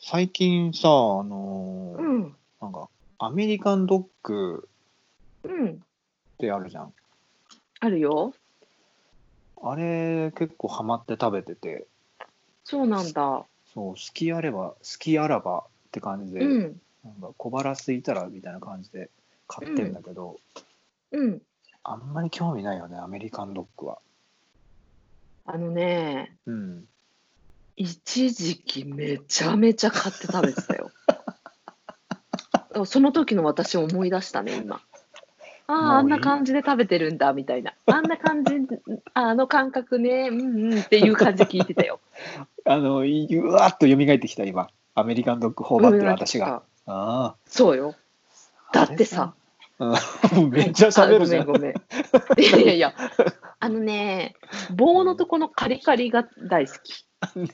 最近さ、あのーうん。なんか、アメリカンドッグうん。ってあるじゃん。あるよ。あれ、結構ハマって食べてて、そうなんだ。そう、好きあれば、好きあらばって感じで、うん。なんか小腹空いたらみたいな感じで買ってんだけど、うん。あんまり興味ないよね、アメリカンドッグは。あのね、うん。一時期めちゃめちゃ買って食べ てたよ。その時の私を思い出したね、今。ああもういい、あんな感じで食べてるんだ、みたいな。あんな感じ、ああの感覚ね、うんうんっていう感じ聞いて たよ。あの、いうわーっと蘇ってきた、今。アメリカンドッグ頬張ってる私が。。あそうよ。あ。だってさ。うん。 めっちゃ喋るじゃ あん。ごめん、ごめん。いやいやいや、あのね、棒のとこのカリカリが大好き。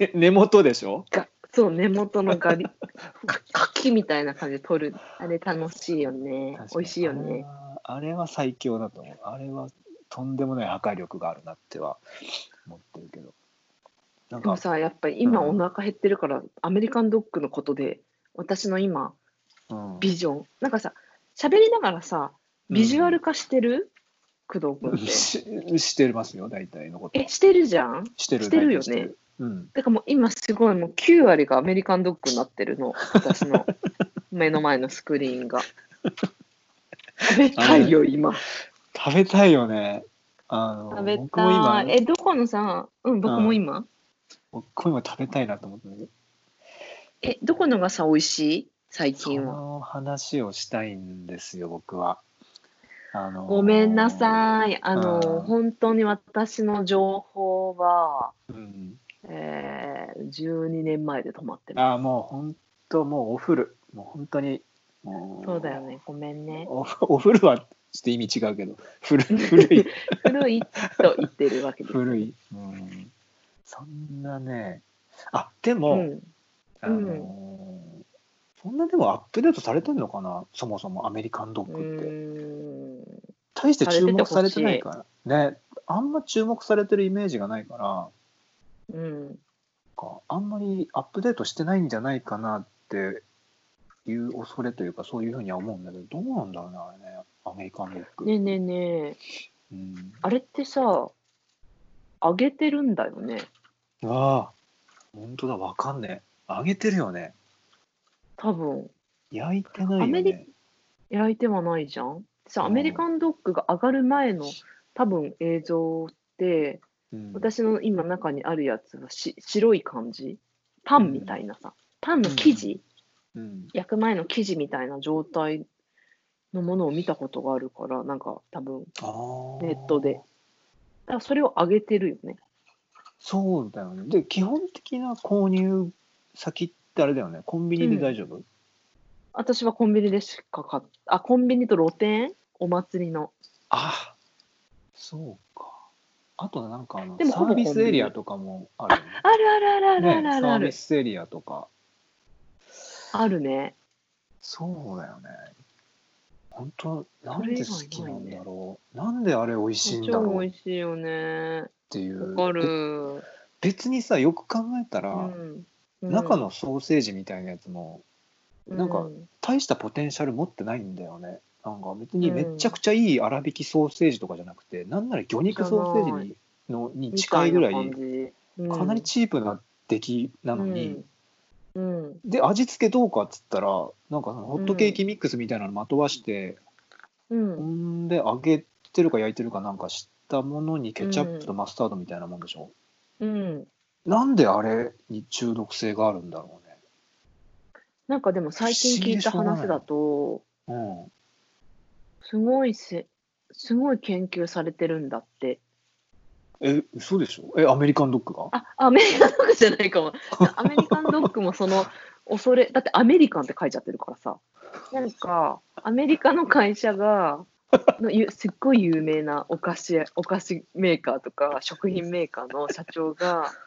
ね、根元でしょがそう根元のガリ か柿みたいな感じで取るあれ楽しいよね確か美に味しいよあれねはあれは最強だと思うあれはとんでもない破壊力があるなっては思ってるけどなんでもかさやっぱり今うおん腹減ってるから、アメリカンドッグのことで私の今うんビジョンなんかさ喋りながらさビジュアル化してる、工藤うん君ってししてますよ大体のことえしてるじゃんしてるしてるよね大体してるうんだからもう今すごいもう9割がアメリカンドッグになってるの私の目の前のスクリー ンが食べたいよ今食べたいよねあの食べ僕もた今いえどこのさうん僕も今、僕も今食べたいなと思ったんだけどえ、どこのがさ、美味しい最そ近は。の話をしたいんですよ僕はあのごめんなさい。あの、うん本当に私の情報は、い、うん、えー、12年前で止まってる。あもう本当もうお風呂もう本当にもそうだよね。ごめんね。お お風呂はちょっと意味違うけど古 い古い古いと言ってるわけです。古い、うん、そんなねあでうも、ん。あのーそんなでもアップデートされてんのかなそもそもアメリカンドッうグって、ーん。大して注目されてないからねあんま注目されてるイメージがないからうん。なんかあんまりアップデートしてないんじゃないかなっていう恐れというかそういうふうには思うんだけどどうなんだろうねあれねアメリカンドッグ、ねえねえねえ、うん、あれってさ、揚げてるんだよね。わあ、本当だ、わかんねえ。揚げてるよね。多分。焼いてないよね。アメリ焼いてはないじゃん。さ、アメリカンドッグが上がる前の、多分映像って、うん、私の今中にあるやつはし白い感じパンみたいなさ、パンの生地、うん、焼く前の生地みたいな状態のものを見たことがあるからなんか多分あーネットで。だからそれを揚げてるよねそうだよね。で、基本的な購入先ってあれだよね。コンビニで大丈夫、私はコンビニでしか買っあコンビニと露店お祭りのあそうか。あとなんかあの、でもサほぼービスエリアとかもあるよね。あるあるあるあるあねるあるサあーる、ビスエリアとか。あるねそうだよね。本当なんそれ以で外好きなんだなろう。なんであれ美味しいんだ超ろう美っ味しいよねていう。わかる、別にさよく考えたら、うんうん中のソーセージみたいなやつもなんかう大したポテンシャル持ってないんだよねなんか別にめちゃくちゃいい粗挽きソーセージとかじゃなくて、なんなら魚肉ソーセージにのに近いぐらいみたいな感じかなりチープな出来なのに、、うんうんで味付けどうかっつったらなんかそのホットケーキミックスみたいなのまとわして、うんほんで揚げてるか焼いてるかなんかしたものにケチャップとマスタードみたいなもんでしょ、うん、なんであれに中毒性があるんだろなんかでも最近聞いた話だとうねすごいせすごい研究されてるんだってうんえ嘘でしょえアメリカンドッグがあアメリカンドッグじゃない かもアメリカンドッグもその恐れだってアメリカンって書いちゃってるからさなんかアメリカの会社がのゆすっごい有名なお菓子やお菓子メーカーとか食品メーカーの社長が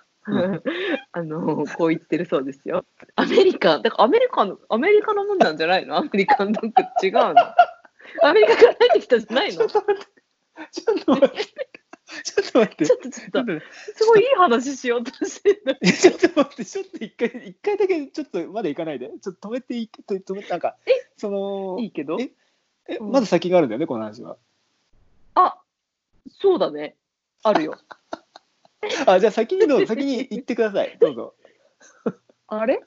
あのこう言ってるそうですよアメリカンだからアメリカのアメリカのもんなんじゃないのアメリカンドッ グ違うのアメリカから入ってきたんじゃないのちょっと待って。ちょっと待って。ちちょっとちょっょとっ、とすごいいい話しようとしてる。えちょっと待って、ちょっと一回、一回だけ、ちょっとまだ行かないで、ちょっと止めていい、止めて、なんか、その、いいけど。ええ、うんまだ先があるんだよね、この話は。あ、そうだね。あるよ。 あ、じゃあ先にどうぞ、先に行ってください、どうぞ。あれうん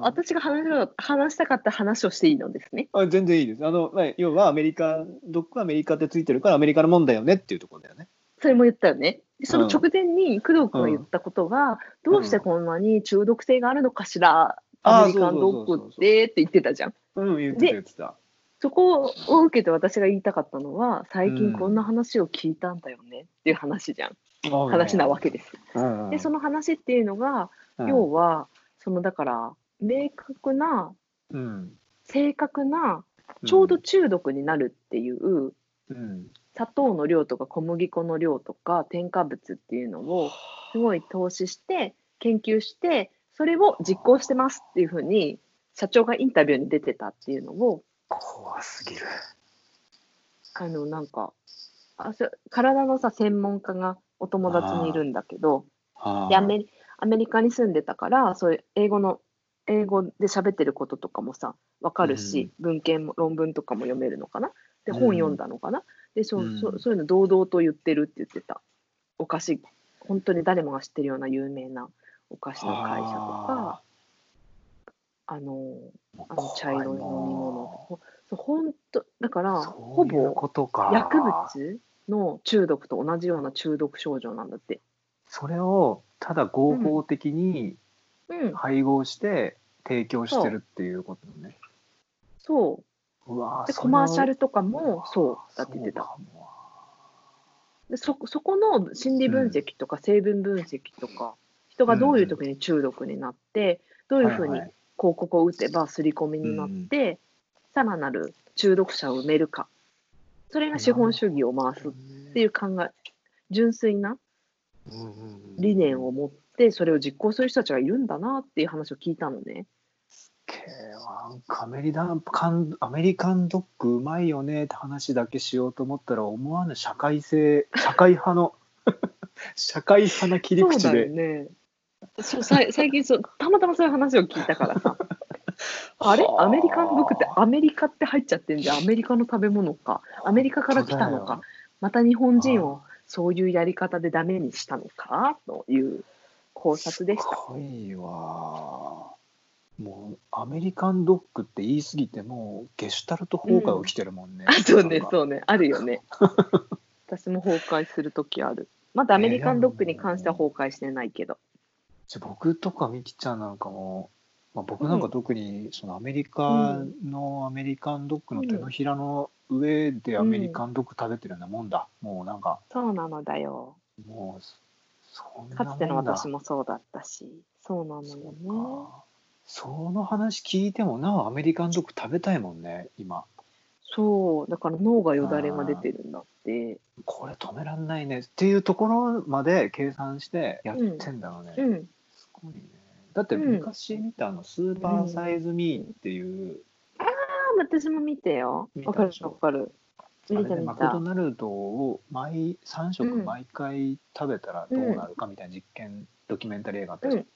私が話した話したかった話をしていいのですね。あ全然いいです。あの、まあ要はアメリカ、ドックはアメリカってついてるから、アメリカのもんだよねっていうところだよね。それも言ったよね。でそのうん直前に工藤君が言ったことが、うんどうしてこんなに中毒性があるのかしら、あーアメリカンドッグってって言ってたじゃん。うん、言ってた、言ってた。そこを受けて私が言いたかったのは、最近こんな話を聞いたんだよねっていう話じゃん。話なわけです。うん。で、その、の話っていうのが、うん要は、そのだから、明確な、うん、正確な、ちょうど中毒になるっていううん、砂糖の量とか小麦粉の量とか添加物っていうのをすごい投資して研究してそれを実行してますっていうふうに社長がインタビューに出てたっていうのを怖すぎる。あのなんかあそ体のさ専門家がお友達にいるんだけどあーでアメリアメリカに住んでたからそういう英語の英語で喋ってることとかもさわかるし、文献も論文とかも読めるのかなでうん本読んだのかな、でそううんそうそういうの堂々と言ってるって言ってたお菓子本当に誰もが知ってるような有名なお菓子の会社とかあのあー、あの茶色い飲み物ほそう本当だからほほぼぼことか薬物の中毒と同じような中毒症状なんだって。それをただ合法的にうん、配合して提供してるっていうことね、そううわでそコれをマーシャルとかもそうだって言っそてうたかもでそそこの心理分析とか成分分析とか、人がどういう時に中毒になって、どういうふうには広い告を打てば刷り込みになって、さらなる中毒者を埋めるかそれが資本主義を回すっていう考え純粋な理念を持ってそれを実行する人たちがいるんだなっていう話を聞いたのね。カメリダンカンアメリカンドッグうまいよねって話だけしようと思ったら思わぬ社会性社会派の 社会派な切り口そうだよで、ねそうさい最近そうたまたまそういう話を聞いたから さあれはあアメリカンドッグってアメリカって入っちゃってんじゃんアメリカの食べ物かアメリカから来たのかまた日本人をそういうやり方でダメにしたのかという考察でしすごいわもうアメリカンドッグって言い過ぎてもうゲシュタルト崩壊起きてるもんね、たあそうなねんかそうねあるよ ね私も崩壊する時あるまだアメリカンドッグに関しては崩壊してないけど、じゃあ僕とかみきちゃんなんかも、まあ、僕なんか特にそのアメリカのアメリカンドッグの手のひらの上でアメリカンドッグ食べてるようなもんだ、もうなんかそうなのだよもうそそんなもんだかつての私もそうだったしそうなのそようねかその話聞いてもなおアメリカンドッグ食べたいもんね今そう、だから脳がよだれが出てるんだって。これ止めらんないねっていうところまで計算してやってんだろうね、うん、すごいねだって昔見たあのスーパーサイズミーっていう、ああ、私も見てよ見。たわかるでしょわかる。あ見れたで見マクドた。ナルドを毎3食うん毎回食べたらどうなるかみたいな実験ドキュメンタリー映画あったじゃん、うん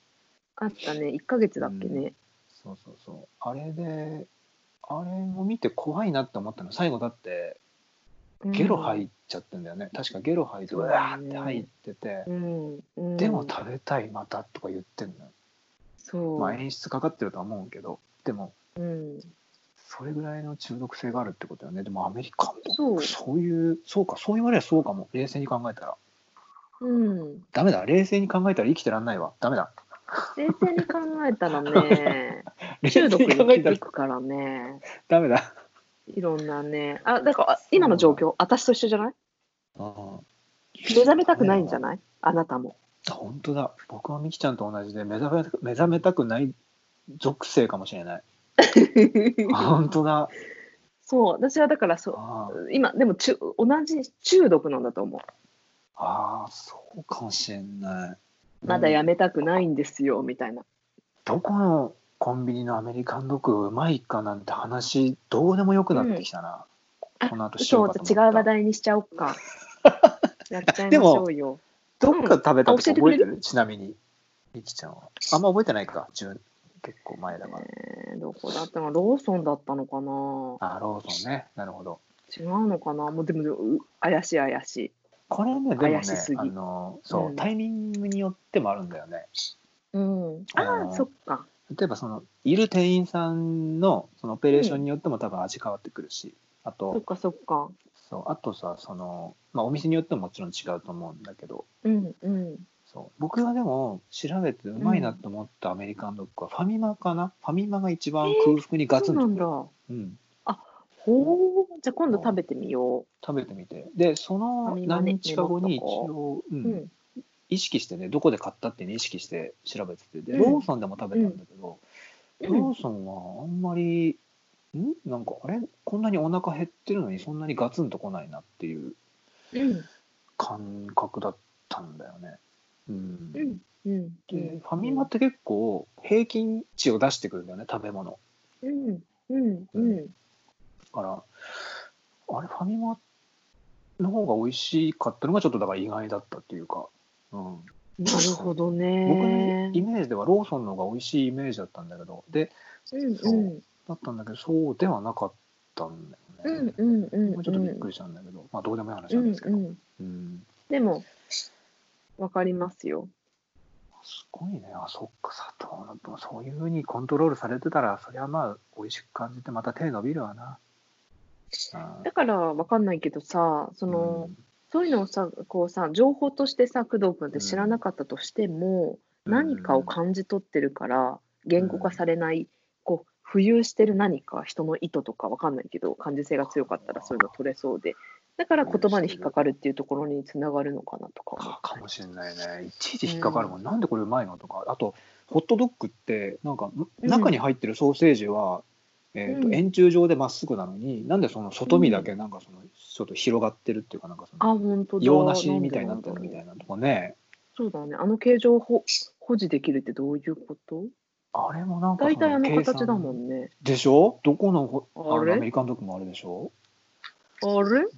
あったね、1ヶ月だっけね。そうそうそうあれであれを見て怖いなって思ったの最後だってうんゲロ入っちゃってんだよね、確かゲロ吐いてうそうわだーねって入ってて、うん、うん。でも食べたいまたとか言ってんのよ、そう。まあ演出かかってるとは思うけどでもうん。それぐらいの中毒性があるってことよねでもアメリカンドッグそそういうそうかそう言われりゃそうかも冷静に考えたらうん。ダメだ冷静に考えたら生きてらんないわダメだ冷静に考えたら ね、冷静中に毒に気考えたらづくからね。ダメだ。いろんなね。あ、だから、今の状況、私と一緒じゃないあ目覚めたくないんじゃないあ なたも。本当だ。僕はみきちゃんと同じで目覚め目覚めたくない属性かもしれない。本当 だ。そう、私はだから、そう、あー今でも中同じ中毒なんだと思あー、そうかもしれない。うまだやめたくないんですよ、みたいなどこのコンビニのアメリカンドッグうまいかなんて話どうでもよくなってきたな。この後しそよううかと違う思った。 話題にしちゃおっかやっちゃいましょうよ。どっか食べたうんとあこ教えてく覚れえるてるちなみに、みきちゃんは。あんま覚えてないか、自分結構前だから。えーどこだったのローソンだったのかなあ、ローソンね。なるほど。違うのかなもうでもう怪しい怪しい。これね、でもね怪しす、ぎあの、そう、うんタイミングによってもあるんだよね。うん、あのああ、そっか。例えば、その、いる店員さんの、そのオペレーションによっても多分味変わってくるし、あそっと、かそっか。そう、あとさ、その、まあ、お店によってももちろん違うと思うんだけど、うんうん。そう僕はでも調べてうまいなと思ったアメリカンドッグはファミマかな、ファミマが一番空腹にガツそうンなとんくる、だ。うん、ほう。じゃあ今度食べてみよ食べてみてでそのファミマね何日か後に一応、うう。んうん。意識してねどこで買ったっていうのを意識して調べててでうんローソンでも食べたんだけど、うんローソンはあんまりんなんかあれこんなにお腹減ってるのにそんなにガツンとこないなっていううん感覚だったんだよね。うんうんうん。でファミマって結構平均値を出してくるんだよね食べ物。うんうんうん。だから、あれ、ファミマの方が美味しかったのが、ちょっとだから意外だったっていうか、うん、なるほど僕のね。イメージではローソンの方が美味しいイメージだったんだけど、で、うそうんだったんだけど、そうではなかったんだうよんね。うんうんもう。うんちょっとびっくりしたんだけど、まあ、どうでもいい話うなんんですけど、うんうん。でも、わかりますよ。すごいね、あ、そっか、砂糖の、そういうふうにコントロールされてたら、そりゃまあ、美味しく感じて、また手伸びるわな。あだからわかんないけどさ、そーの、うんそういうのをさ、こうさ、情報としてさ、工藤君って知らなかったとしても、何かを感じ取ってるから、言語化されない、こう、浮遊してる何か、人の意図とかわかんないけど、感受性が強かったらそういうの取れそうで、だから言葉に引っかかるっていうところにつながるのかなとか思かかもしれないねいちいち引っかかるもん、なんでこれうまいのとかあとホットドッグってなんか、うん中に入ってるソーセージは、えーとうん。円柱状でまっすぐなのになんでその外身だけなんかそのちょっと広がってるっていうかなんかそうのあ、本当だ。洋梨みたいになってるみたないんでんだろなとかねう。そうだね。あの形状を保保持できるってどういうことあれもなんかそ大体あの計算形だもんね。でしょどこのほああれのアメリカンドッグもあれでしょあれ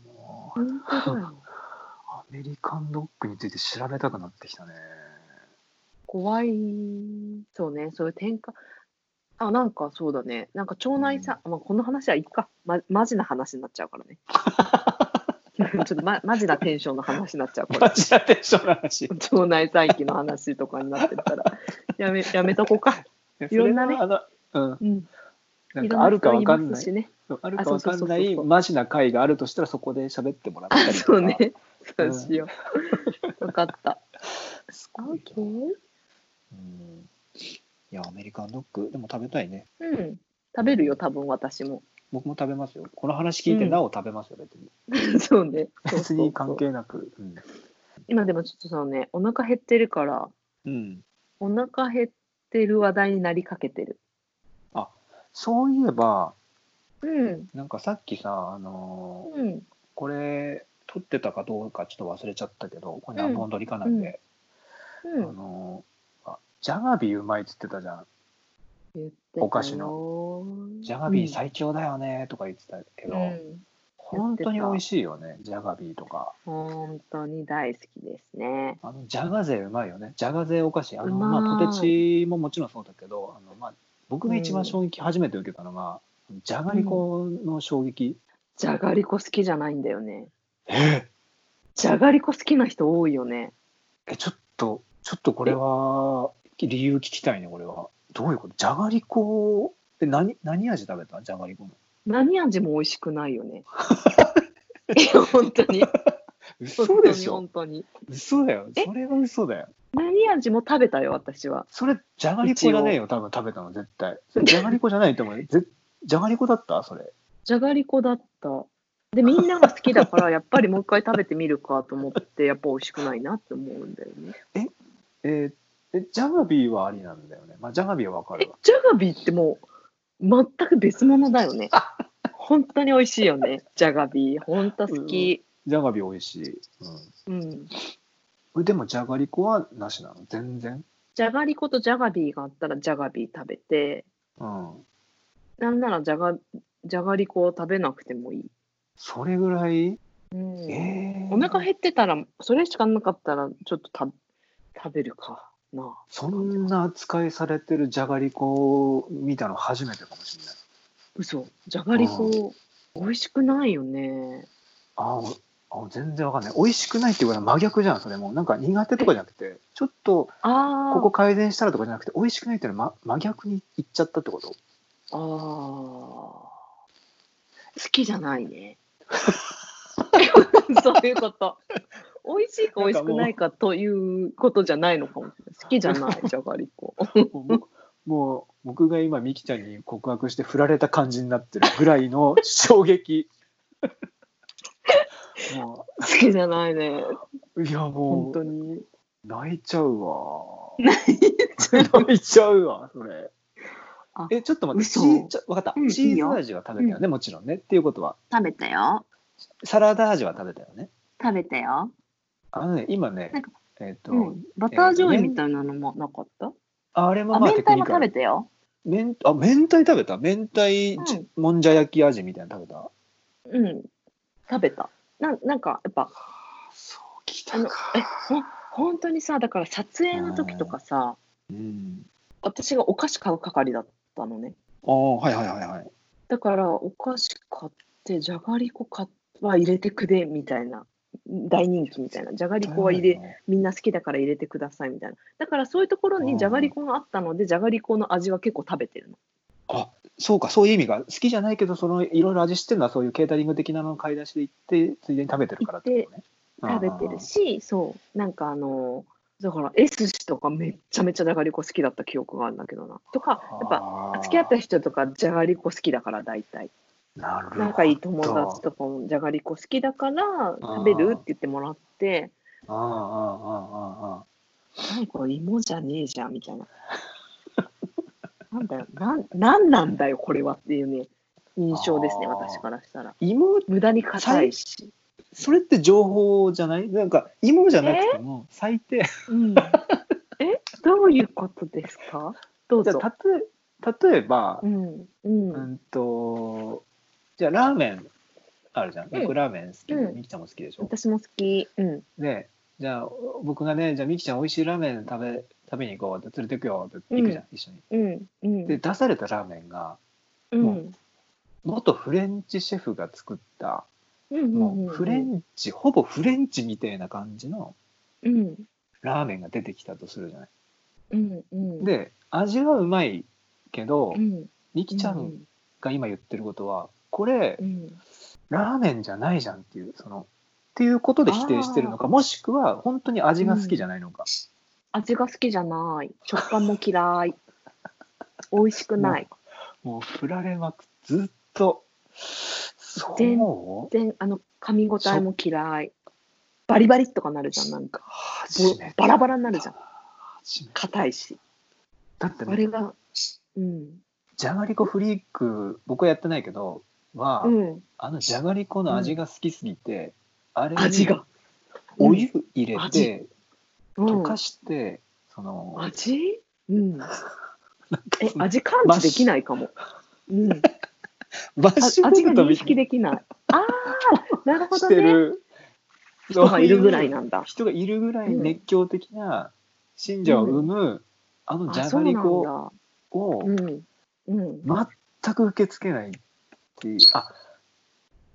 もう本当だよ。アメリカンドッグについて調べたくなってきた ね怖いそうねそういう転換あなんかそうだねなんか腸内さ、まあ、この話はいいか、ま、マジな話になっちゃうからね ちょっと、ま、マジなテンションの話になっちゃうこマれジアテンションの話腸内細菌の話とかになってったらやめやめとこうか、いろんなねそれはあのうんうん、なんかあるかわかんないろんな人いますしねそうあるかわかんあそうそうなそういそうマジな回があるとしたらそこで喋ってもらったりとか。そうね。うそんうしよう。わかった。 すオごいッケな。ー。うん。いやアメリカンドッグでも食べたいね。うん。食べるよ、多分私も。 僕も食べますよ。この話聞いてうんなお食べますよ別に。そうね。そうそうそ別うに関係なく。うん。今でもちょっとそのね、お腹減ってるから、うん。お腹減ってる話題になりかけてる。そういえばうん。なんかさっきさあのーうん。これ撮ってたかどうかちょっと忘れちゃったけどこれ何本撮りかなんで、うあん。のーあジャガビーうまいっつってたじゃん。言ってたよお菓子ジャガビー最強だよねとか言ってたけど、うん。本当に美味しいよねジャガビーとか。本当に大好きですね。あのジャガゼうまいよね。ジャガゼお菓子。あのうまいまあ、ポテチももちろんそうだけど、あのまあ、僕が一番衝撃初めて受けたのが、じゃがりこの衝撃。じゃがりこ好きじゃないんだよね。えじゃがりこ好きな人多いよね。えちょっとちょっとこれは理由聞きたいねこれは。どういうこと？じゃがりこえ何何味食べた？じゃがりこの。何味も美味しくない よね。いや本当に。嘘でしょ本。当に。嘘だよ。えそれは嘘だよ。本当に何味も食べたよ、私は。それじゃがりこじゃねえよ多分食べたの絶対。それじゃがりこじゃないと 思うよ。ぜじゃがりこだったそれ。じゃがりこだった。で、みんなが好きだ から、やっぱりもう一回食べてみるかと思って、やっぱ美味しくないなって思うんだよね。えーえジャガビーはありなんだよね。まあジャガビーはわかえるわ。、ジャガビーってもう、全く別物だよね。本当に美味しいよね、ジャガビー。本当好き。ジャガビー美味しい。うん。うん。でもじゃがりこはなしなの全然。じゃがりことジャガビーがあったら、ジャガビー食べて、うん。なんならじゃが、じゃがりこを食べなくてもいい。それぐらいうんえーお腹減ってたら、それしかなかったら、ちょっとた食べるかな。そんな扱いされてるじゃがりこを見たの初めてかもしれない。嘘。じゃがりこ、美味しくないよね。あーおあ全然わかんない。美味しくないっていうことは真逆じゃん、それもう。なんか苦手とかじゃなくて、ちょっとああ。ここ改善したらとかじゃなくて、美味しくないっていうのは真真逆にいっちゃったってことああ。好きじゃないね。 そういうこと。美味しいか美味しくないかということじゃないのかもしれない。好きじゃ ない、じゃがりこ。もうもうもう僕が今、ミキちゃんに告白して振られた感じになってるぐらいの衝 撃。も好きじゃないね。ういや、も本当うに。泣いちゃうわ。 泣いちゃうわ、それあ。え、ちょっと待って、チ嘘ーちょわかったう、んチーズ味は食べたよね、もちろんね。っていうことは、食べたよ。サラダ味は食べたよね。食べたよ。あのね、今ねなんか、えっ、と、うん。バター醤油みたいなのもなかったあれもあ、まあ明テク太ニもカ食べル。たよ。明あ、明太食べた明太じ、もんじゃ焼き味みたいなの食べたうん。食べた。ななんか、やっぱ、そう、きあの、え、ほ本当にさ、だから撮影の時とかさ、うん。私がお菓子買う係だったのね。ああ、はいはいはいはい。だからお菓子買ってじゃがりこ買っは入れてくれみたいな大人気みたいなじゃがりこは入れみんな好きだから入れてくださいみたいなだからそういうところうんにじゃがりこがあったのでじゃがりこの味は結構食べてるのそうか、そういう意味が、好きじゃないけど、そのいろいろ味してるのは、そういうケータリング的なのを買い出しで行って、ついでに食べてるからってことね。食べてるしそうなんかあのだから S 氏とかめっちゃめちゃじゃがりこ好きだった記憶があるんだけどなとかやっぱぱ付き合った人とかじゃがりこ好きだから大体なるほど仲いい友達とかもじゃがりこ好きだから食べるって言ってもらってああああああああ何これ芋じゃねえじゃん みたいな。なんだよ、なん、なんなんだよ、これはっていうね、印象ですね、あー私からしたら。芋無駄に硬いし。それって情報じゃないなんか芋じゃなくても最低 うん、え、どういうことですかどうじゃぞ。あたとえ例えばう、ん、う、うんんとじゃあラーメンあるじゃんうん僕ラーメン好きで、うんみきちゃんも好きでしょ、私も好き。うん、でじゃあ僕がねじゃあみきちゃん美味しいラーメン食べ食べに行こうって連れてくよって行くじゃん、一緒にうん、うん。で出されたラーメンがうん、も元フレンチシェフが作ったうん、うんもううんフレンチ、ほぼフレンチみたいな感じのうん、ラーメンが出てきたとするじゃない。うん、うん。、で味はうまいけど、うん、みきちゃんが今言ってることはこれうん、ラーメンじゃないじゃんっていうそのっていうことで否定してるのかもしくは本当に味が好きじゃないのか、味が好きじゃない。食感も嫌い。美味しくない。もう振られまくずっとそう全思う全あの噛み応えも嫌いバリバリっとかなるじゃんなんか初めてバラバラになるじゃん初めて硬いしだってあねれがうんじゃがりこフリーク僕はやってないけどは、うんあのじゃがりこの味が好きすぎて、あれに味がお湯入れて、うん溶かしてその味うんえその味感知できないかもうんあマッシュポ味がテト認みた識いできないああなるほにしどてねる人がいるぐらいなんだ人がいるぐらい熱狂的な信者を生む、あのじあゃそがうりなこんをだうんうん全く受け付けないっていうあ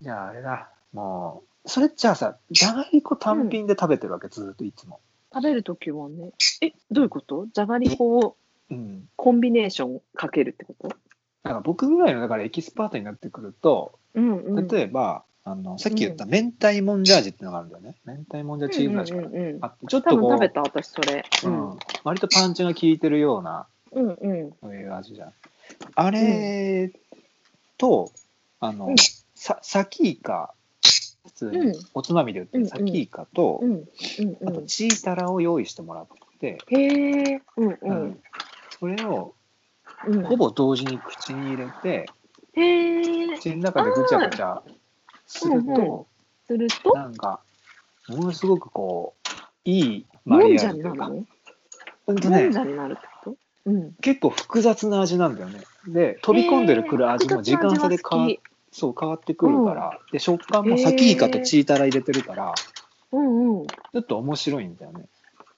じゃああれだもうそれじゃあさじゃがりこ単品で食べてるわけ、ずーっといつも、食べるときはねえどういうことじゃがりこをうん、コンビネーションかけるってことだから僕ぐらいのだからエキスパートになってくるとうんうん例えば、あのさっき言った明太もんじゃ味っていうのがあるんだよね明太もんじゃチーズ味かな、うんうんうんあってちょっ多と分こ食べう、た私それ、う、うんうんん、割とパンチが効いてるようなうんうんそういう味じゃん。あれと、あの、うんさサキイカ、普通うんにおつまみで売ってうんるうんサキイカと、うんうあとんチータラを用意してもらって、へえうんううんんそれをうんほぼ同時に口に入れて、へえ口の中でぐちゃぐちゃすると、するとなんか、ものすごくこう、いいマもんリアじゃージにュとないうか、るのもうんとねんじ、ゃになるってことうん結構複雑な味なんだよね。で、飛び込んでるくる味も時間差で変わっへーそう変わってくるから、で食感もサキイカとチータラ入れてるから、うんうん。ちょっと面白いんだよね、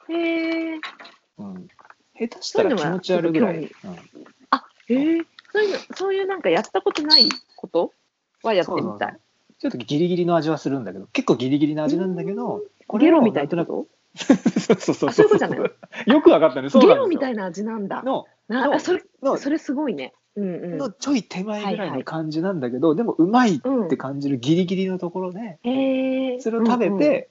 へえ。うん、下手したら気持ち悪いぐらい、そうういん、あ、へえ。そういうの、そういうなんかやったことないことはやってみたい。ちょっとギリギリの味はするんだけど結構ギリギリの味なんだけど、こゲれをロみたいってなこんとなく そとうそうあそうそいうこうとじゃないよくわかったねそうゲなんですよロみたいな味なんだ。のなあそれ、のそれすごいね。うんうん。のちょい手前ぐらはいいはいの感じなんだけど、でもうまいうんって感じるギリギリのところで、へえ。それを食べうんうんて、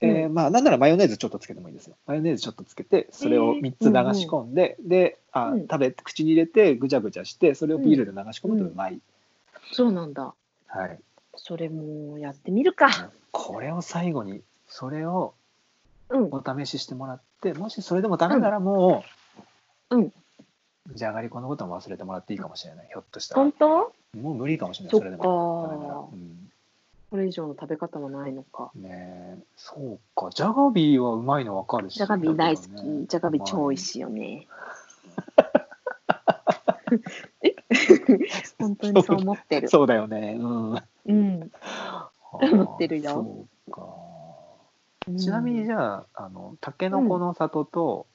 うんえーまあなんならマヨネーズちょっとつけてもいいですよマヨネーズちょっとつけてそれを3つ流し込んで、であうん食べて口に入れてぐちゃぐちゃしてそれをビールで流し込むとうまい、そうなんだ。はい、それもやってみるか。これを最後にそれをうん。お試ししてもらってもしそれでもダメならもう、うんじゃがりこのことも忘れてもらっていいかもしれないひょっとしたら本当もう無理かもしれないそそっれでか。もダメなら。うこんれ以上の食べ方はないのか。ねえそうかジャガビーはうまいのわかるしじゃがビー大好きだけどね。じゃがビー超美味うしいよね。 え本当にそう思ってまいる。そうだよねうんうん。思ってるよそうかちなみにじゃゃああのタケノコの里と、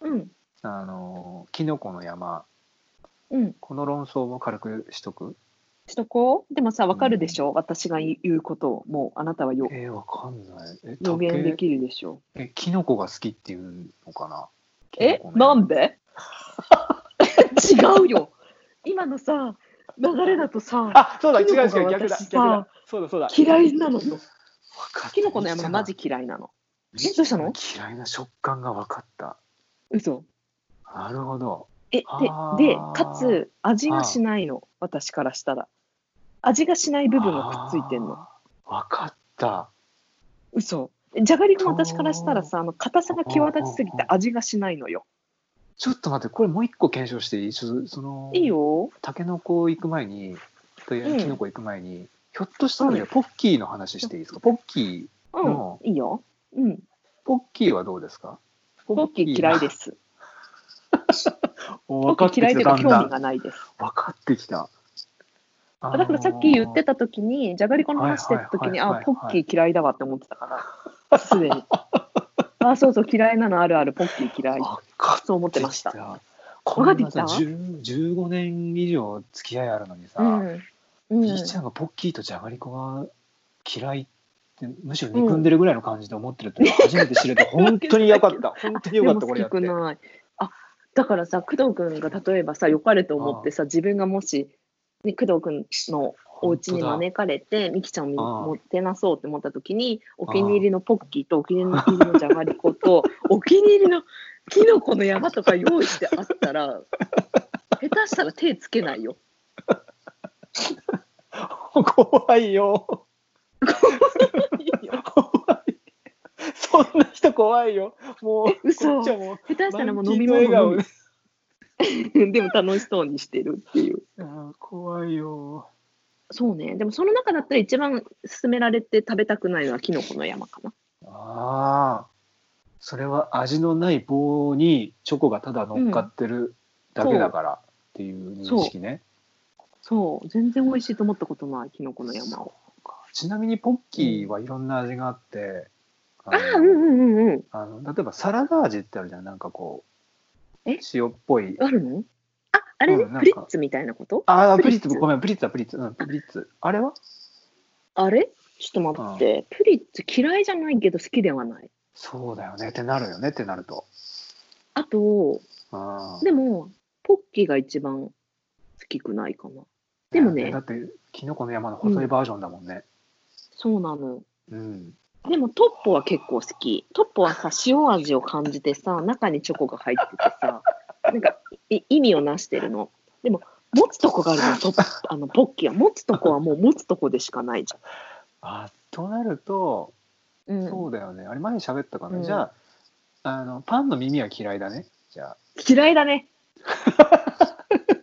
うん。あのキノコの山うん。この論争も軽くしとくしとこう。でもさ、わかるでしょ、私が言うことを。もうあなたはよえー、わかんないえ予言で竹きるでしょえキノコが好きっていうのかなえキノコのな山んで 違うよ今のさ流れだとさあそうだ違うキノコ違がう逆だ私さ逆だそうだそうだ嫌いなのよわかったキノコの山マジ嫌いなのえどうしたの嫌いな食感が分かった嘘なるほどえであーでかつ味がしないの私からしたら味がしない部分がくっついてんのあー分かった嘘じゃがりこも私からしたらさあの硬さが際立ちすぎてあ味がしないのよちょっと待ってこれもう一個検証していいちょっとそのいいよタケノコ行く前にといううんキノコ行く前に、ひょっとしたらじゃあポッキーの話していいですかポッキーうんのいいようんポッキーはどうですかポポッキー嫌いですすポ分かッっキてー嫌きいというただかんだ興味んがないです分かってきたあのーだからさっき言ってた時にじゃがりこの話してた時はいはにいあはいはポいッキー嫌いだわって思ってたからす でにあそうそう嫌いなのあるあるポッキー嫌い分かそう思っててままししたた。こんなさわかって10 15年以上付き合いあるのにさ、うんうんみーちゃんがポッキーとじゃがりこが嫌いってむしろ憎んでるぐらいの感じで思ってるっていうのを初めて知れて、本当によか った本当によかったこれやってでも好きくないあだからさ工藤君が例えばさ良かれと思ってさ自分がもし、ね、工藤君のお家本に当だ招かれてミキちゃんをみああもてなそうって思った時にお気に入りのポッキーとお気に入りのじゃがりこと お気に入りのキノコの山とか用意してあっ たら下手したら手つけないよ。怖いよいよ怖いそんな人怖いよもうえ嘘こっちはもう下手したらもう飲満み金の笑物顔飲でみ でも楽しそうにしてるっていう。あー怖いよそうねでもその中だったら一番勧められて食べたくないのはキノコの山かな。ああそれは味のない棒にチョコがただ乗っかってるだけだから、っていう認識ねそう、全然美味しいと思ったことない、キノコの山を。そうかちなみにポッキーはいろんな味があって、ああ、のうんうんうんうん。あの例えばサラダ味ってあるじゃんなんかこうえ塩っぽいあるのあ、あれね、うんなんかプリッツみたいなことああププリリッッツツごめんプリッツだプリッツうんプリッツあれはあれちょっと待って、プリッツ嫌いじゃないけど好きではない。そうだよねってなるよねってなるとあと、あーでも、ポッキーが一番好きくないかな。でもねだってキノコの山の細いバージョンだもんねそうなの。うん、でもトッポは結構好き。トッポはさ、塩味を感じてさ、中にチョコが入っててさ、なんかい意味をなしてるの。でも、持つとこがあるの、トッあのポッキーは。持つとこはもう持つとこでしかないじあとなるとゃん。うん、そうだよねあれ前に喋ったかな、うんじゃああのパンの耳は嫌いだねじゃあ嫌いだね。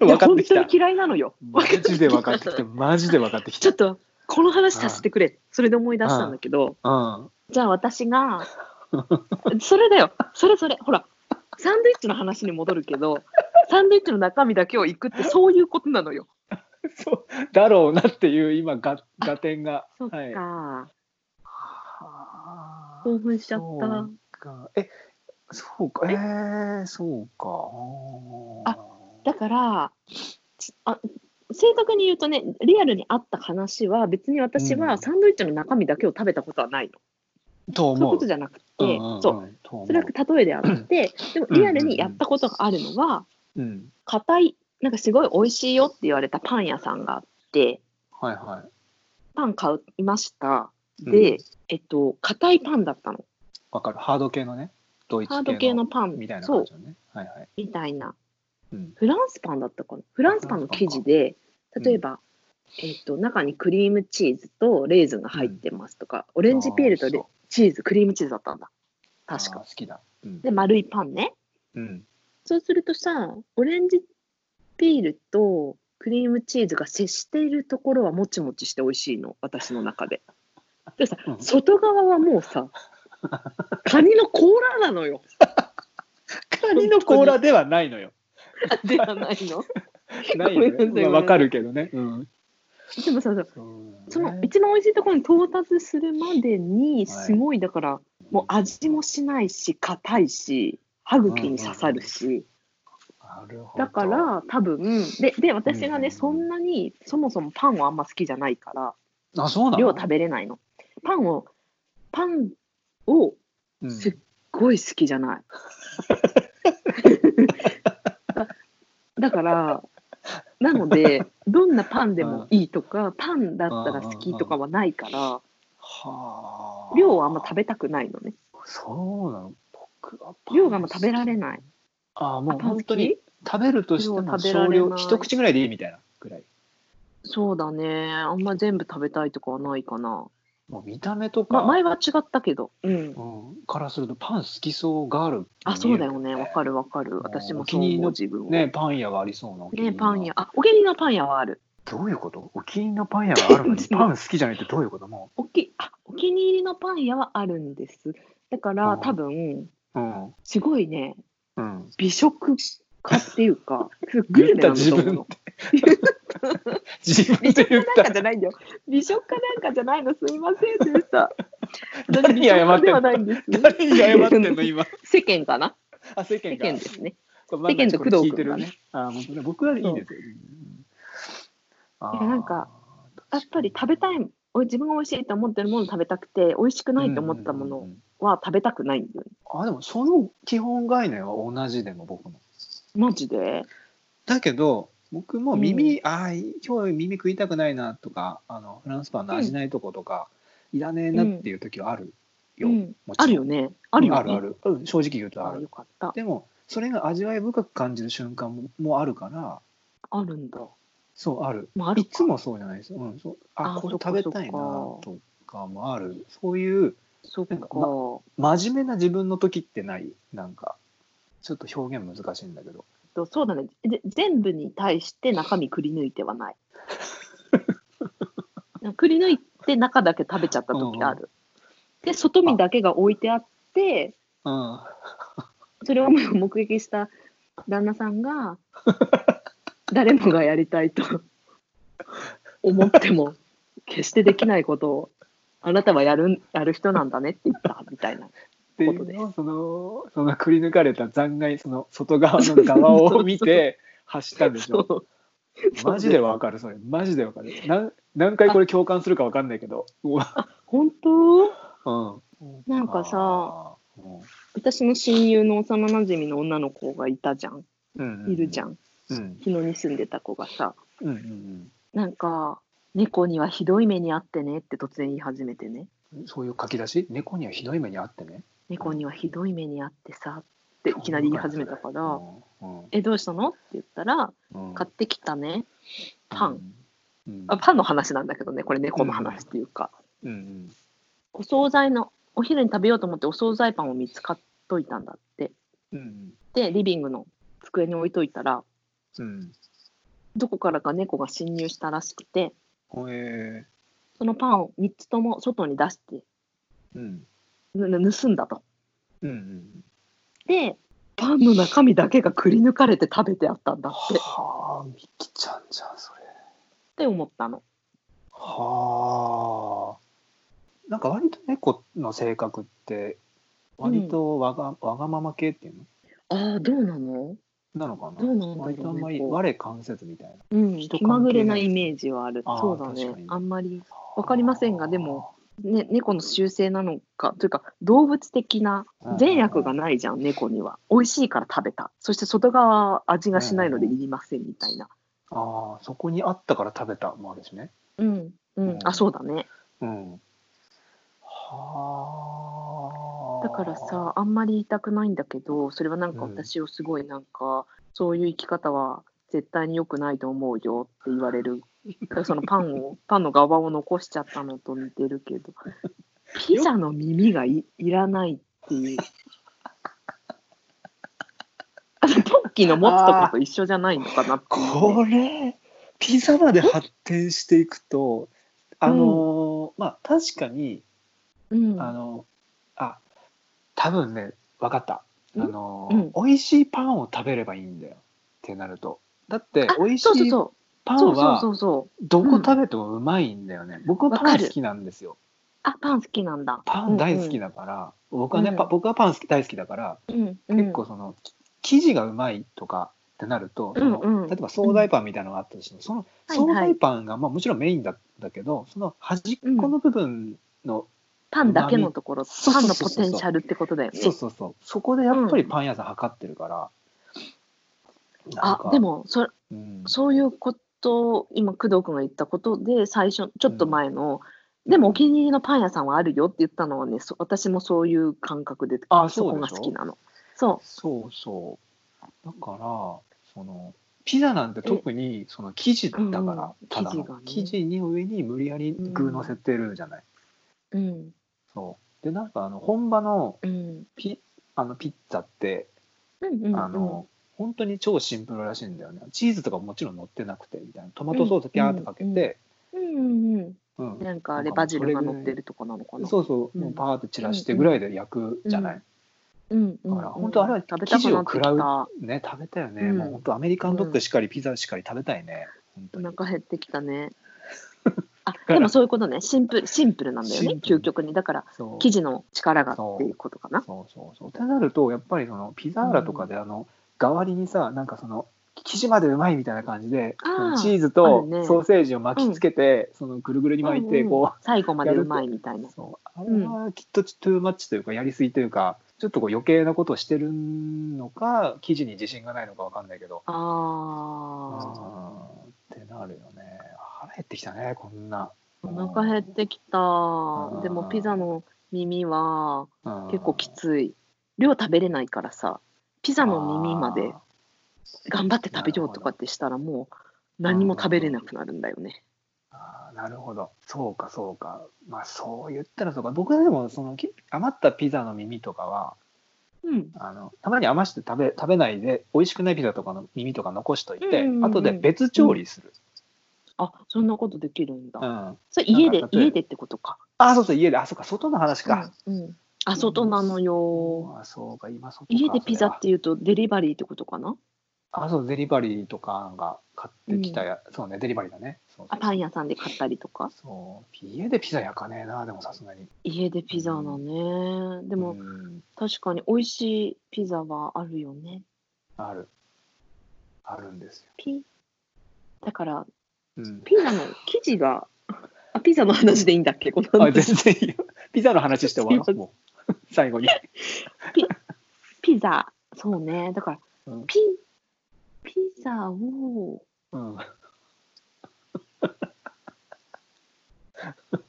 いや分かってき本た当に嫌いなのよ。マジで分か ってきたマジで分かってきちたょっとこの話させてくれ。それで思い出したんだけど、うんじゃあ私がそれだよ。それそれ。ほら、サンドイッチの話に戻るけど、サンドイッチの中身だけをいくってそういうことなのよ。そうだろうなっていう今が合点がそっか、はい興奮しちゃっそたう。かえそうかえー、そうかあだからちあ正確に言うとねリアルにあった話は別に私うはんサンドイッチの中身だけを食べたことはないーとの、そういう思こうとじゃなくて、うんうんうんそうと思うそれは例えであってでもリアルにやったことがあるのはうん硬いなんかすごい美味しいよって言われたパン屋さんがあってはいはパン買いましたいで、うんえっと硬いパンだったのわかるハード系のねドイツハード系のパンみたいなそ感うじのねはいはいみたいなうんフランスパンだったかなフランスパンの生地でンか例えば、えっと中にクリームチーズとレーズンが入ってますとか、オレンジピールとレあーそうチーズクリームチーズだったんだ確あかー好きだうんで丸いパンねうんそうするとさオレンジピールとクリームチーズが接しているところはもちもちして美味しいの私の中ででさうん外側はもうさ カニの甲羅なのよカニの甲羅ではないのよではないのないよごめんなさいねまあわかるけどねうん でもささそその一番美味しいところに到達するまでにはいすごいだから、もう味もしないし硬いし歯茎に刺さるし、なるほどだから多分でで私がね、うんそんなにそもそもパンはあんま好きじゃないからあそうなの量食べれないのパンをパンをうんすっごい好きじ ゃない、だからなのでどんなパンでもいいとかパンだったら好きとかはないからはあ量はあんま食べたくないのねそうなの僕はパン量があんま食べられないああもあうパン本好当きに食べるとして量も食べられ少ない量一口ぐらいでいいみたいなぐらいそうだねあんま全部食べたいとかはないかな、もう見た目とか、ま、前は違ったけどうんうん、からするとパン好きそうガールあそうだよねわかるるわかるん私もおそ気うに入り思のう自分をねねパン屋がありそうなお気に入りのパン屋あお気に入りのパン屋はあるどういうことお気に入りのパン屋があるのに そうパン好きじゃないってどういうこともおきあお気に入りのパン屋はあるんですだからうん多分ううんすごいね うん美食家っていう かすグルメなんだと思うの自分美で食言家っなたんかじゃないんだよ美食家なんかじゃないのすいませんでした私誰美に食謝家ってでんはのないんです誰に謝って んの今世間かなあ世間世が間ですね世世間と工聞藤君がねいてるねあ本当ね僕はいいですよあーなんかやっぱり食べたいお自分が美味しいと思ってるものを食べたくて美味しくないと思ったもうんうのんうんは食べたくないんだよねあでもその基本概念は同じでも僕もマジでだけど僕も耳、ああ今日耳食いたくないなとかあのフランスパンの味ないとことか、いらねえなっていう時はあるよ、うんもちろあんるよねあるよねあるある、うん、正直言うとああるよかったでもそれが味わい深く感じる瞬間ももあるからあるんだそうあるまああるいかつもそうじゃないですよ。うん、そうああこれそっか食べたいなとかもある。そういうそっかなんか真面目な自分の時ってないなんかちょっと表現難しいんだけど。とそうだねぜ全部に対して中身くり抜いては ないなんかくり抜いて中だけ食べちゃった時あるで外身だけが置いてあってうん。それをもう目撃した旦那さん が誰もがやりたいと 思っても決してできないことをあなたはやるんやる人なんだねって言ったみたいなっていことでうのをそのそのくり抜かれた残骸その外側の側を 見て発したんでしょ。そうマジでわかるそれ。マジでわかる。なん何回これ共感するかわかんないけ ど。うわ本当うん。なんかさうん。私の親友の幼なじみの女の子がいたじゃんうんいるじゃん。んうん日野に住んでた子がさうんうんなんか猫にはひどい目にあってねって突然言い始めてねうん。そういう書き出し猫にはひどい目にあってね。猫にはひどい目にあってさっていきなり言い始めたからうん「えどうしたの?」って言ったらうん「買ってきたねパン」、うんあパンの話なんだけどねこれ猫の話っていうか、うんうんお惣菜のお昼に食べようと思ってお惣菜パンを見つかっといたんだってうんでリビングの机に置いといたらうんどこからか猫が侵入したらしくてうんへそのパンを3つとも外に出してえうんぬ盗んだと。うんうんでパンの中身だけがくり抜かれて食べてあったんだってはあみきちゃんじゃんそれって思ったの。はあ。なんか割と猫の性格って割とわが,、わがまま系っていうのああ、どうなのなのかなどうなんだろう割とあんまり猫我関せずみたいな。うん、人関気係ないまぐれなイメージはある。あーそうだね確かに。あんまり、わかりませんがでもね、猫の習性なのか、というか、動物的なうん善悪がないじゃん、猫には。美味しいから食べた。そして外側は味がしないのでうんいりませんみたいな。ああそこにあったから食べたもあるしね。うん、うん、あ、そうだね。うん。はあ。だからさ、あんまり言いたくないんだけど、それはなんかうん私をすごいなんか、そういう生き方は絶対に良くないと思うよって言われ る。そのパンを、パンの側を残しちゃったのと似てる けど、ピザの耳がいいらないっていう。あのトッキーの持つとこと一緒じゃないのかなっていうね、これピザまで発展していくとあのー、まあ確かにうん、あのあ多分ね分かったあのー、う美味しいパンを食べればいいんだよってなるとだってあ美味しそうそういそう。パそンうそうそはうそう。どこ食べてもうまいんだよね、僕はわパかンる好きなんですよあ、パン好きなんだ。パン大好きだから、僕はね、パうん僕はパン好き大好きだからうん、うん、結構その、き生地がうまいとかってなると、そのうんうん例えば惣菜パンみたいなのがあったとしてもそのはい惣菜パンが、まあ、もちろんメインだだけどその端っこの部分の、パンだけのところ、そうそパうンそのうそうポテンシャルってことだよね。そうそうそうそこでやっぱりパン屋さん測ってるから、なんあかで、もそうんそういうこと今工藤君が言ったことで最初ちょっと前の、でもお気に入りのパン屋さんはあるよって言ったのはねそ私もそういう感覚であそそうこでがしょ好きなの。そそうそうだからそのピザなんて特にその生地だから、うんただ生の地がね生地に上に無理やり具乗せてるじゃない、う、うんそうでなんかあの本場のうんピあのピッツァってうんうん、あの、本当に超シンプルらしいんだよねチーズとかもちろん乗ってなくてみたいなトマトソースピャーってかけて、うんうんうんうん、なんかあれバジルが乗ってるとかなのかな。そうそう、うんもうパーって散らしてぐらいで焼くじゃない、うんうんうだん、から本当あれは食べたくなってき生地を食た。ね食べたよね、うんもう本当アメリカンドッグしっかり、ピザしっかり食べたいね本当おに腹減ってき たね。あでもそういうことねシンプルシンプルなんだよねシンプル究極にだからそう生地の力がっていうことかな。そうそうそうってなるとやっぱりそのピザーラとかであの、代わりにさなんかその生地までうまいみたいな感じであーチーズあとるねソーセージを巻きつけて、そのぐるぐるに巻いてこう、うんうん最後までうまいみたいな。そうあれはきっとトゥーマッチというかやりすぎというかちょっとこう余計なことをしてるのか記事に自信がないのかわかんないけどうんっあてなるよね腹減ってきたねこんなあ、お腹減ってきたん。でもピザの耳はうん結構きつい。量食べれないからさ、ピザの耳まであ頑張って食べようとかってしたらもう何も食べれなくなるんだよね。ーあーなるほどそうかそうかまあそう言ったらそうか僕はでもそのき余ったピザの耳とかはうん。あのたまに余して食べ食べないで美味しくないピザとかの耳とか残しといて、うんうんうん後で別調理する、あ、そんなことできるんだ。うんそれ家でなんか例えば家でってことか。あそうそう家であそうか外の話か、うん。うんあ、外なのよ。あそうか今外か家でピザそれはっていうとデリバリーってことかな。あそうデリバリーとかが買ってきたや、そうねデリバリーだねそうあ、パン屋さんで買ったりとか。そう家でピザ焼かねえなでもさすがに家でピザだね。ででも、ん、確かに美味しいピザはあるよね。あるあるんですよ、ピだからうん、ピザの生 地があピザの話でいいんだっけこのあ話全然いいよピザの話して終わろうも う最後にピザそうねだからうんピピザをうん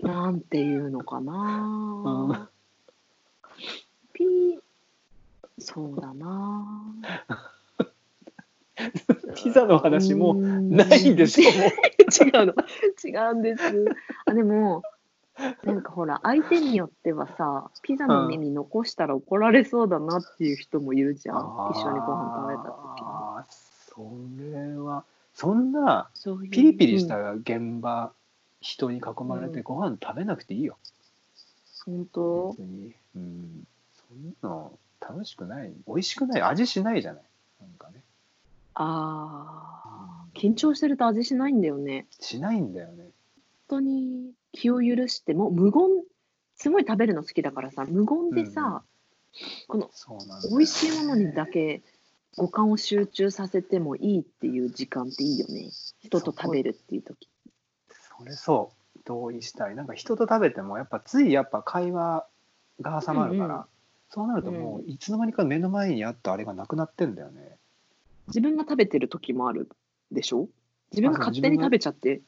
なんていうのかうな、ピそうだなピザの話もうないんでしょょもう違うの違うんですあでもなんかほら相手によってはさピザの耳残したら怒られそうだなっていう人もいるじゃん、一緒にご飯食べた時に。あーそれはそんなそういうピリピリした現場、人に囲まれてご飯食べなくていいよ、うん本当別に、うん、そんなの楽しくない美味しくない味しないじゃないなんかねああ、緊張してると味しないんだよね。しないんだよね。本当に気を許してもう無言すごい食べるの好きだからさ無言でさ、このそうなん美味しいものにだけ五感を集中させてもいいっていう時間っていいよね人と食べるっていう時それそう同意したいなんか人と食べてもやっぱついやっぱ会話が挟まるから、うんうんそうなるともういつの間にか目の前にあったあれがなくなってんだよね、自分が食べてる時もあるでしょ自分があそう勝手に食べちゃって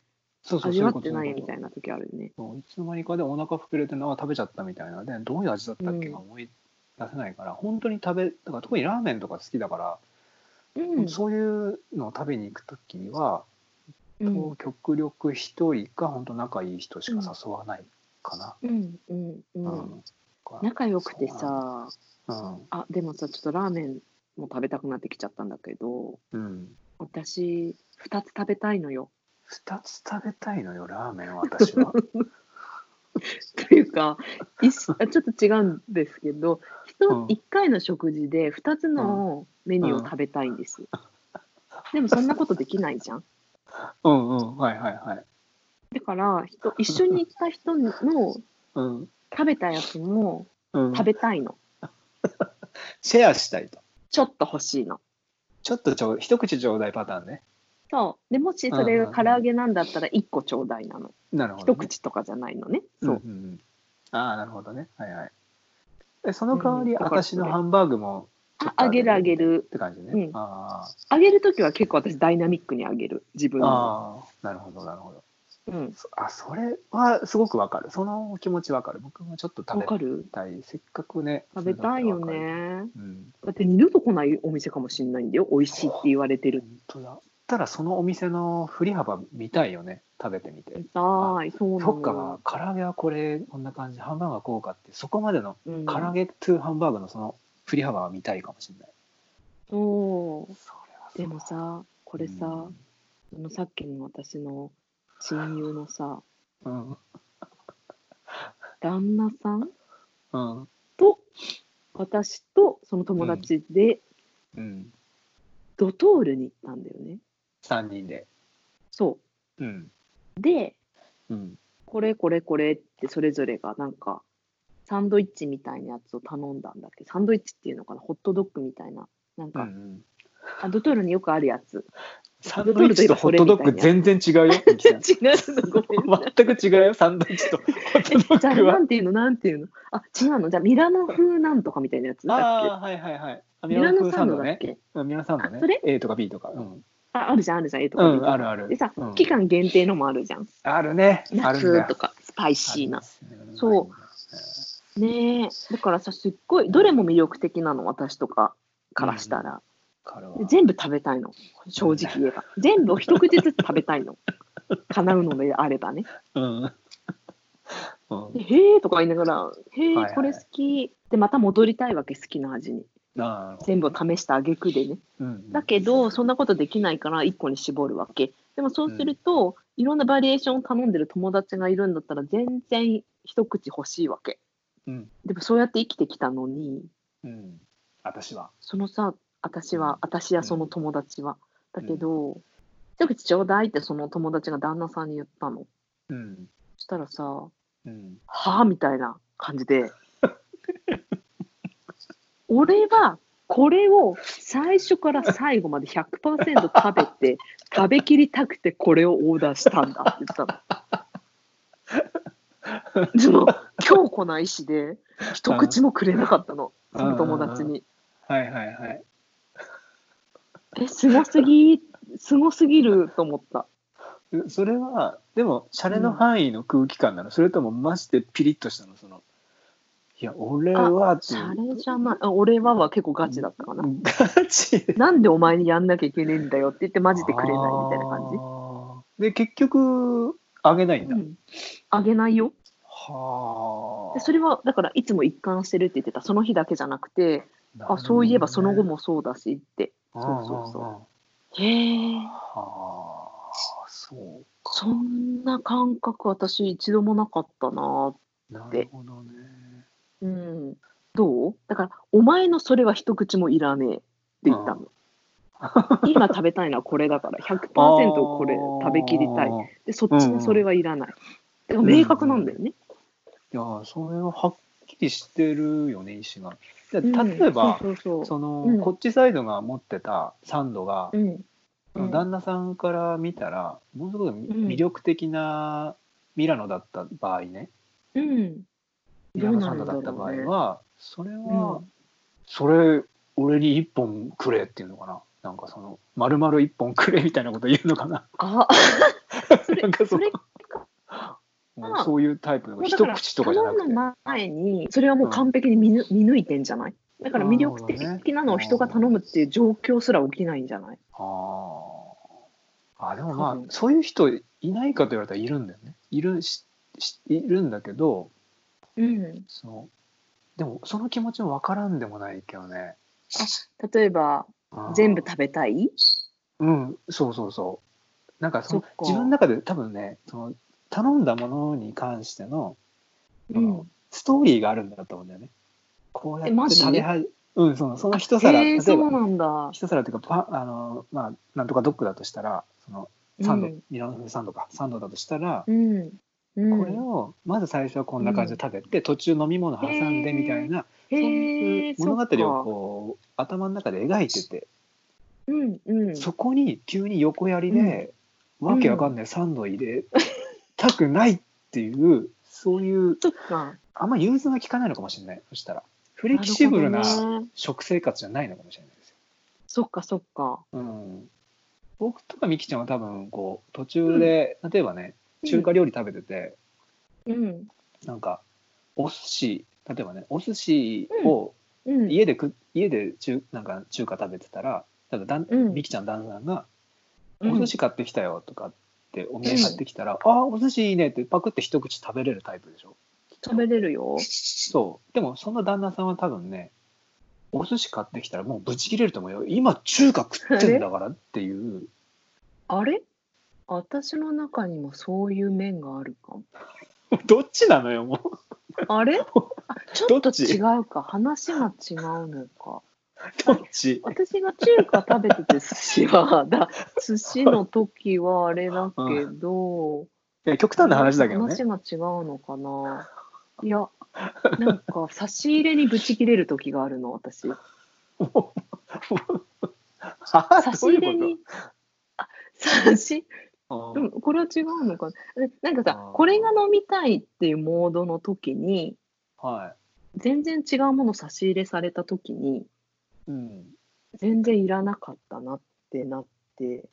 そうそう味そういわうこっとてないみそうたいういな時あるよねことそういつの間にかでお腹膨れてなあ食べちゃったみたいなでどういう味だったっけうんが思い出せないから、本当に食べだから特にラーメンとか好きだから、うんそういうのを食べに行く時には、うん極力一人か本当仲いい人しか誘わないかな。うんうんううんん仲良くてさうんあでもさちょっとラーメンも食べたくなってきちゃったんだけどうん、私2つ食べたいのよ 2つ食べたいのよラーメン私はというか 一緒あちょっと違うんですけどうん人1回の食事で2つのメニューを食べたいんです、でもそんなことできないじゃんうんうんはいはいはいだから人一緒に行った人のうん食べたやつもうん食べたいのシェアしたいとちょっと欲しいのちょっとちょう一口ちょうだいパターンねそうでもしそれが唐揚げなんだったら1個ちょうだいなのなるほど、一ね、口とかじゃないのねうんそううんうんああなるほどねはいはいえその代わり、うんだから私のハンバーグもちょあっとあげるあげるって感じね、うんああげるときは結構私ダイナミックにあげる自分ーの、あーなるほどなるほどうん、そあそれはすごくわかるその気持ちわかる僕もちょっと食わべかるたいせっかくね食べたいよそれだったらわかるねうんだって二度と来ないお店かもしれないんだよ美味しいって言われてる本当だただそのお店の振り幅見たいよね食べてみて痛いそうなそっのかよ、唐揚げはこれこんな感じハンバーグはこうかってそこまでのうん、唐揚げとハンバーグのその振り幅は見たいかもしれない、そうそれはでもさここれさ、あのさっきの私の親友のさうんうん旦那さんうんと私とその友達でうんドトールに行ったんだよね、 3人でそうんうでうんこれこれこれってそれぞれがなんかサンドイッチみたいなやつを頼んだんだっけサンドイッチっていうのかなホットドッグみたいななんうか、んうんあドトールによくあるやつサンドイッチとホットドッグ全然違うよ ミキちゃん 違うのごめんなさい。全く違うよサンドイッチとホットじドゃあッグはな。んていうのなんていうのあ違うのじゃあミラノ風なんとかみたいなやつだっああはいはいはい。あけミミララノ風ノササンンドドだっね。けうんミラノサンドあそねれ。 A とか B とか。うん、ああるじゃんあるじゃんええとうか見ん、てあるある。でさ、うん期間限定のもあるじゃんあるね。あるんだ夏よと。かスパイシーなそう。うねえだからさすっごいどれも魅力的なの私とかからしたら、彼はで全部食べたいの正直言えば全部を一口ずつ食べた いの叶うのであればねうん。 うでんへえとか言いながらへはいはえいこれ好きでまた戻りたいわけ好きな味になる全部を試した挙句でねほどうんだけど、そんなことできないから1個に絞るわけ。でもそうすると、いろんなバリエーションを頼んでる友達がいるんだったら、全然一口欲しいわけ。うん。でもそうやって生きてきたのに、うん。私は。そのさ、私は、私やその友達は。んだけど、一口ちょうだいってその友達が旦那さんに言ったの。うん。そしたらさ、はうん。ぁみたいな感じで。俺は、これを最初から最後まで100%食べて、食べきりたくてこれをオーダーしたんだって言ったの。でも強固な意志で一口もくれなかったのその友達に。はいはいはい。えすごすぎすごすぎると思った。うそれは、でも、シャレの範囲の空気感なの、それとも、マジでピリッとしたの、その、いや、俺はってシいうャレじゃないあ俺はは結構ガチだったかな。ガチでなんでお前にやんなきゃいけねえんだよって言ってマジでくれないみたいな感じ。じで結局あげないんだ、うんあげないよはでそれはだからいつも一貫してるって言ってたその日だけじゃなくてあそういえばその後もそうだしってそうそうそうそうはへえあそうそんな感覚私一度もなかったななるほどねうんどうだからお前のそれは一口もいらねえって言ったの今食べたいのはこれだから100%これ食べきりたいあーでそっちのそれはいらない、でも明確なんだよね、いやーそれははっきりしてるよね意思が。でうん例えば、そうそうそうその、うんこっちサイドが持ってたサンドが、うんうん旦那さんから見たらものすごくうん魅力的なミラノだった場合ね、うんミラノサンドだった場合どうなんだは、それは、うんそれ俺に一本くれっていうのかななんかその丸々一本くれみたいなこと言うのかなあそれなんかそれうもうそういうタイプの一口とかじゃなくて頼む前にそれはもう完璧に見ぬ見抜いてんじゃないだから魅力的なのを人が頼むっていう状況すら起きないんじゃないあーあでも多まあ分そういう人いないかと言われたらいるんだよねいるししいるんだけどうん、そのでもその気持ちも分からんでもないけどね例えばうん全部食べたいうんそうそうそうなんかそのそっか自分の中で多分ねその頼んだものに関してのその、うんストーリーがあるんだと思うんだよねこうやえマってジ食べはじうんそのその一皿、え例えー、ばそうなんだ一皿っていうかパあのまあなんとかドッグだとしたらそのサンド、うんミラノ風サンドかサンドだとしたら、うんうん、これをまず最初はこんな感じで食べて、途中飲み物挟んでみたいな、そへうーいう物語そをっかこう頭の中で描いてて、うんうん、そこに急に横やりで、わけわかんないサンド入れたくないっていうそういうそっかあんま融通が効かないのかもしれないそしたらフレキシブルなるほどね食生活じゃないのかもしれないですよ。そっかそっかうん僕とかみきちゃんは多分こう途中で、例えばね中華料理食べてて、うんなんかお寿司例えばねお寿司をうん家でく、家で中なんか中華食べてたら多分だん、うんみきちゃん旦那さんが「うんお寿司買ってきたよ」とかってお土産買ってきたら「ああお寿司いいね」ってパクって一口食べれるタイプでしょ食べれるよそうでもその旦那さんは多分ねお寿司買ってきたらもうブチ切れると思うよ今中華食ってんだからっていう あれ私の中にもそういう面があるかもどっちなの よもう あれあちょっどとっち違うか話が違うのかどっち私が中華食べてて寿司は だ寿司の時はあれだけど、いや極端な話だけどね話が違うのかな。いや、なんか差し入れにブチ切れる時があるの、私。もう あ差ーしどうい入うこれとに。あ差し、うでんもこれは違うのかな。えなんかさあ、ーこれが飲みたいっていうモードの時に、は全然違うもの差し入れされた時に、い。うん。全然いらなかったなってなって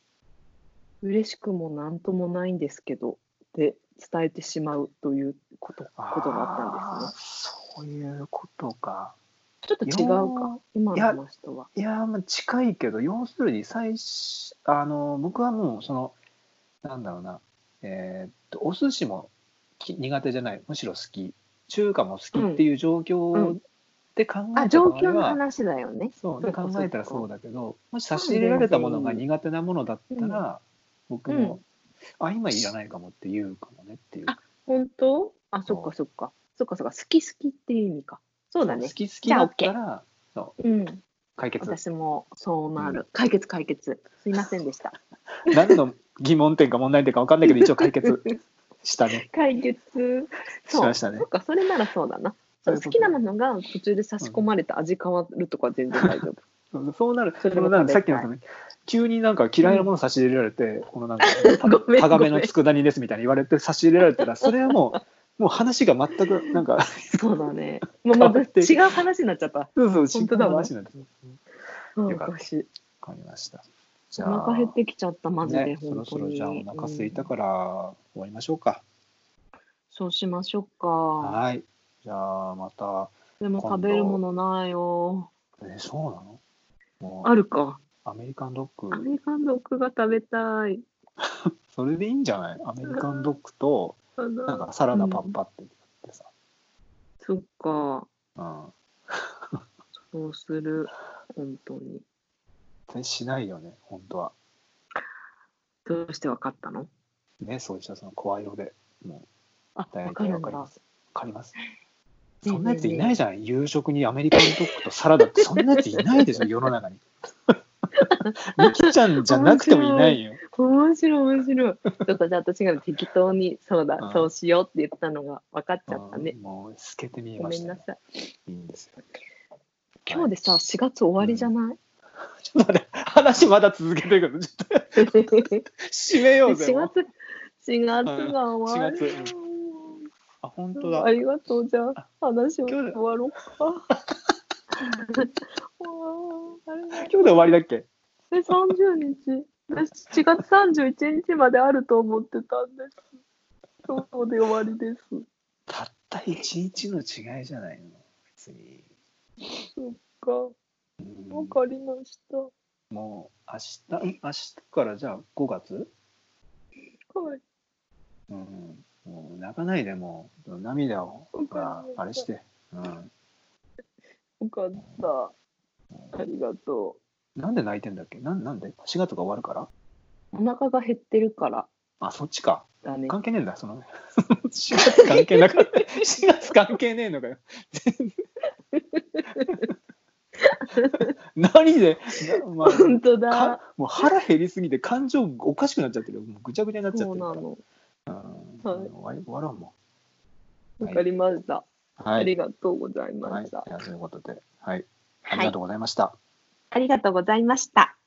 嬉しくもなんともないんですけどで伝えてしまうということことがあったんですね。すね。そういうことか。ちょっと違うか今の話とはいやー、まあ、近いけど、要するに最初、あの、僕はもう、その、なんだろうな、えーっと、お寿司もき苦手じゃない、むしろ好き、中華も好きっていう状うんう況で考えた場合は、あ状況の話だよね。そうそでっか考えたらそっかそうだけど、もし差し入れられたものが苦手なものだったら、僕も、あ、今いらないかもって言うかもねっていう。あ本当あそうそっかそっかそっかそっか好き好きっていう意味かそうだね好。き好きだったら、うん、解決私もそうなる、う解決解決すいませんでした何の疑問点か問題点か分かんないけど一応解決したね解決しましたね そっかそれならそうだなそういう好こときなものが途中で差し込まれて味変わるとかは全然大丈夫そうそうなるそれもそのなんかさっ食きのべたいその急になんか嫌いなもの差し入れられて、このなんか ご めんタガメごめのん佃煮ですみたいに言われて差し入れられたらそれはも うもう話が全くなんかそうだ ね。もうまた変わって違う話になっちゃった。そうそう本当だわ違う話になってるうんよかった私、わかりましたじおゃあ腹減ってきちゃった、マジで、ね、そ本ろ当そろに。じゃあお腹空いたうんから終わりましょうか、そうしましょうか。はいじゃあまたでも今度食べるものないよ。えそうなのもうあるか。アメリカンドッグアメリカンドッグが食べたい。それでいいんじゃないアメリカンドッグとあのなんかサラダパッパってやってさ、そっか。うんそうする。本当に。絶対しないよね本当はどうしてわかったのねそうしたその声色でもあ、う大わか体るわんかりまだ。すわかり ますえそんなやつい ないじゃん、夕食にアメリカンドッグとサラダってそんなやついないでしょ世の中にミキちゃんじゃなくてもいないよ。面白い面白い。とかじゃあ私が適当にそうだ、うんそうしようって言ったのが分かっちゃったねうん。もう透けて見えごまめしんたなね。さい。いいんですよ。 今日でさ、4月終わりじゃ ない、ちょっと待って話まだ続けてるけど、ちょっと締めようぜ。 4もう月、4月が終わる。うん4月あ、本当だあ。りがとう。じゃあ、話を今日で終わろうか。わ ああれだ今日で終わりだっけえ、30日。私、4月31日まであると思ってたんです。今日で終わりです。たった一日の違いじゃないの。別に。が、うんわかりました。もう明日、うん明日からじゃあ5月はい。うん。もう泣かないでもう涙をわかありましたあれして。うん。よかった。ありがとなんで泣いてんだっけなんなんで ?4 月が終わるからう。お腹が減ってるからあ、そっちか。だね。関係ねえんだ、その。4月関係なかった。4月関係ねえのかよ。 全然何で、 なまあ本当だか。もう腹減りすぎて感情おかしくなっちゃってるよ。もうぐちゃぐちゃになっちゃっそうてるなから。の。うんは終いわり終わろうもわかりました。う。はありい。がとうございはまい。しじた。ゃあということで、はい。あはりがとうございました。ありがとうございました。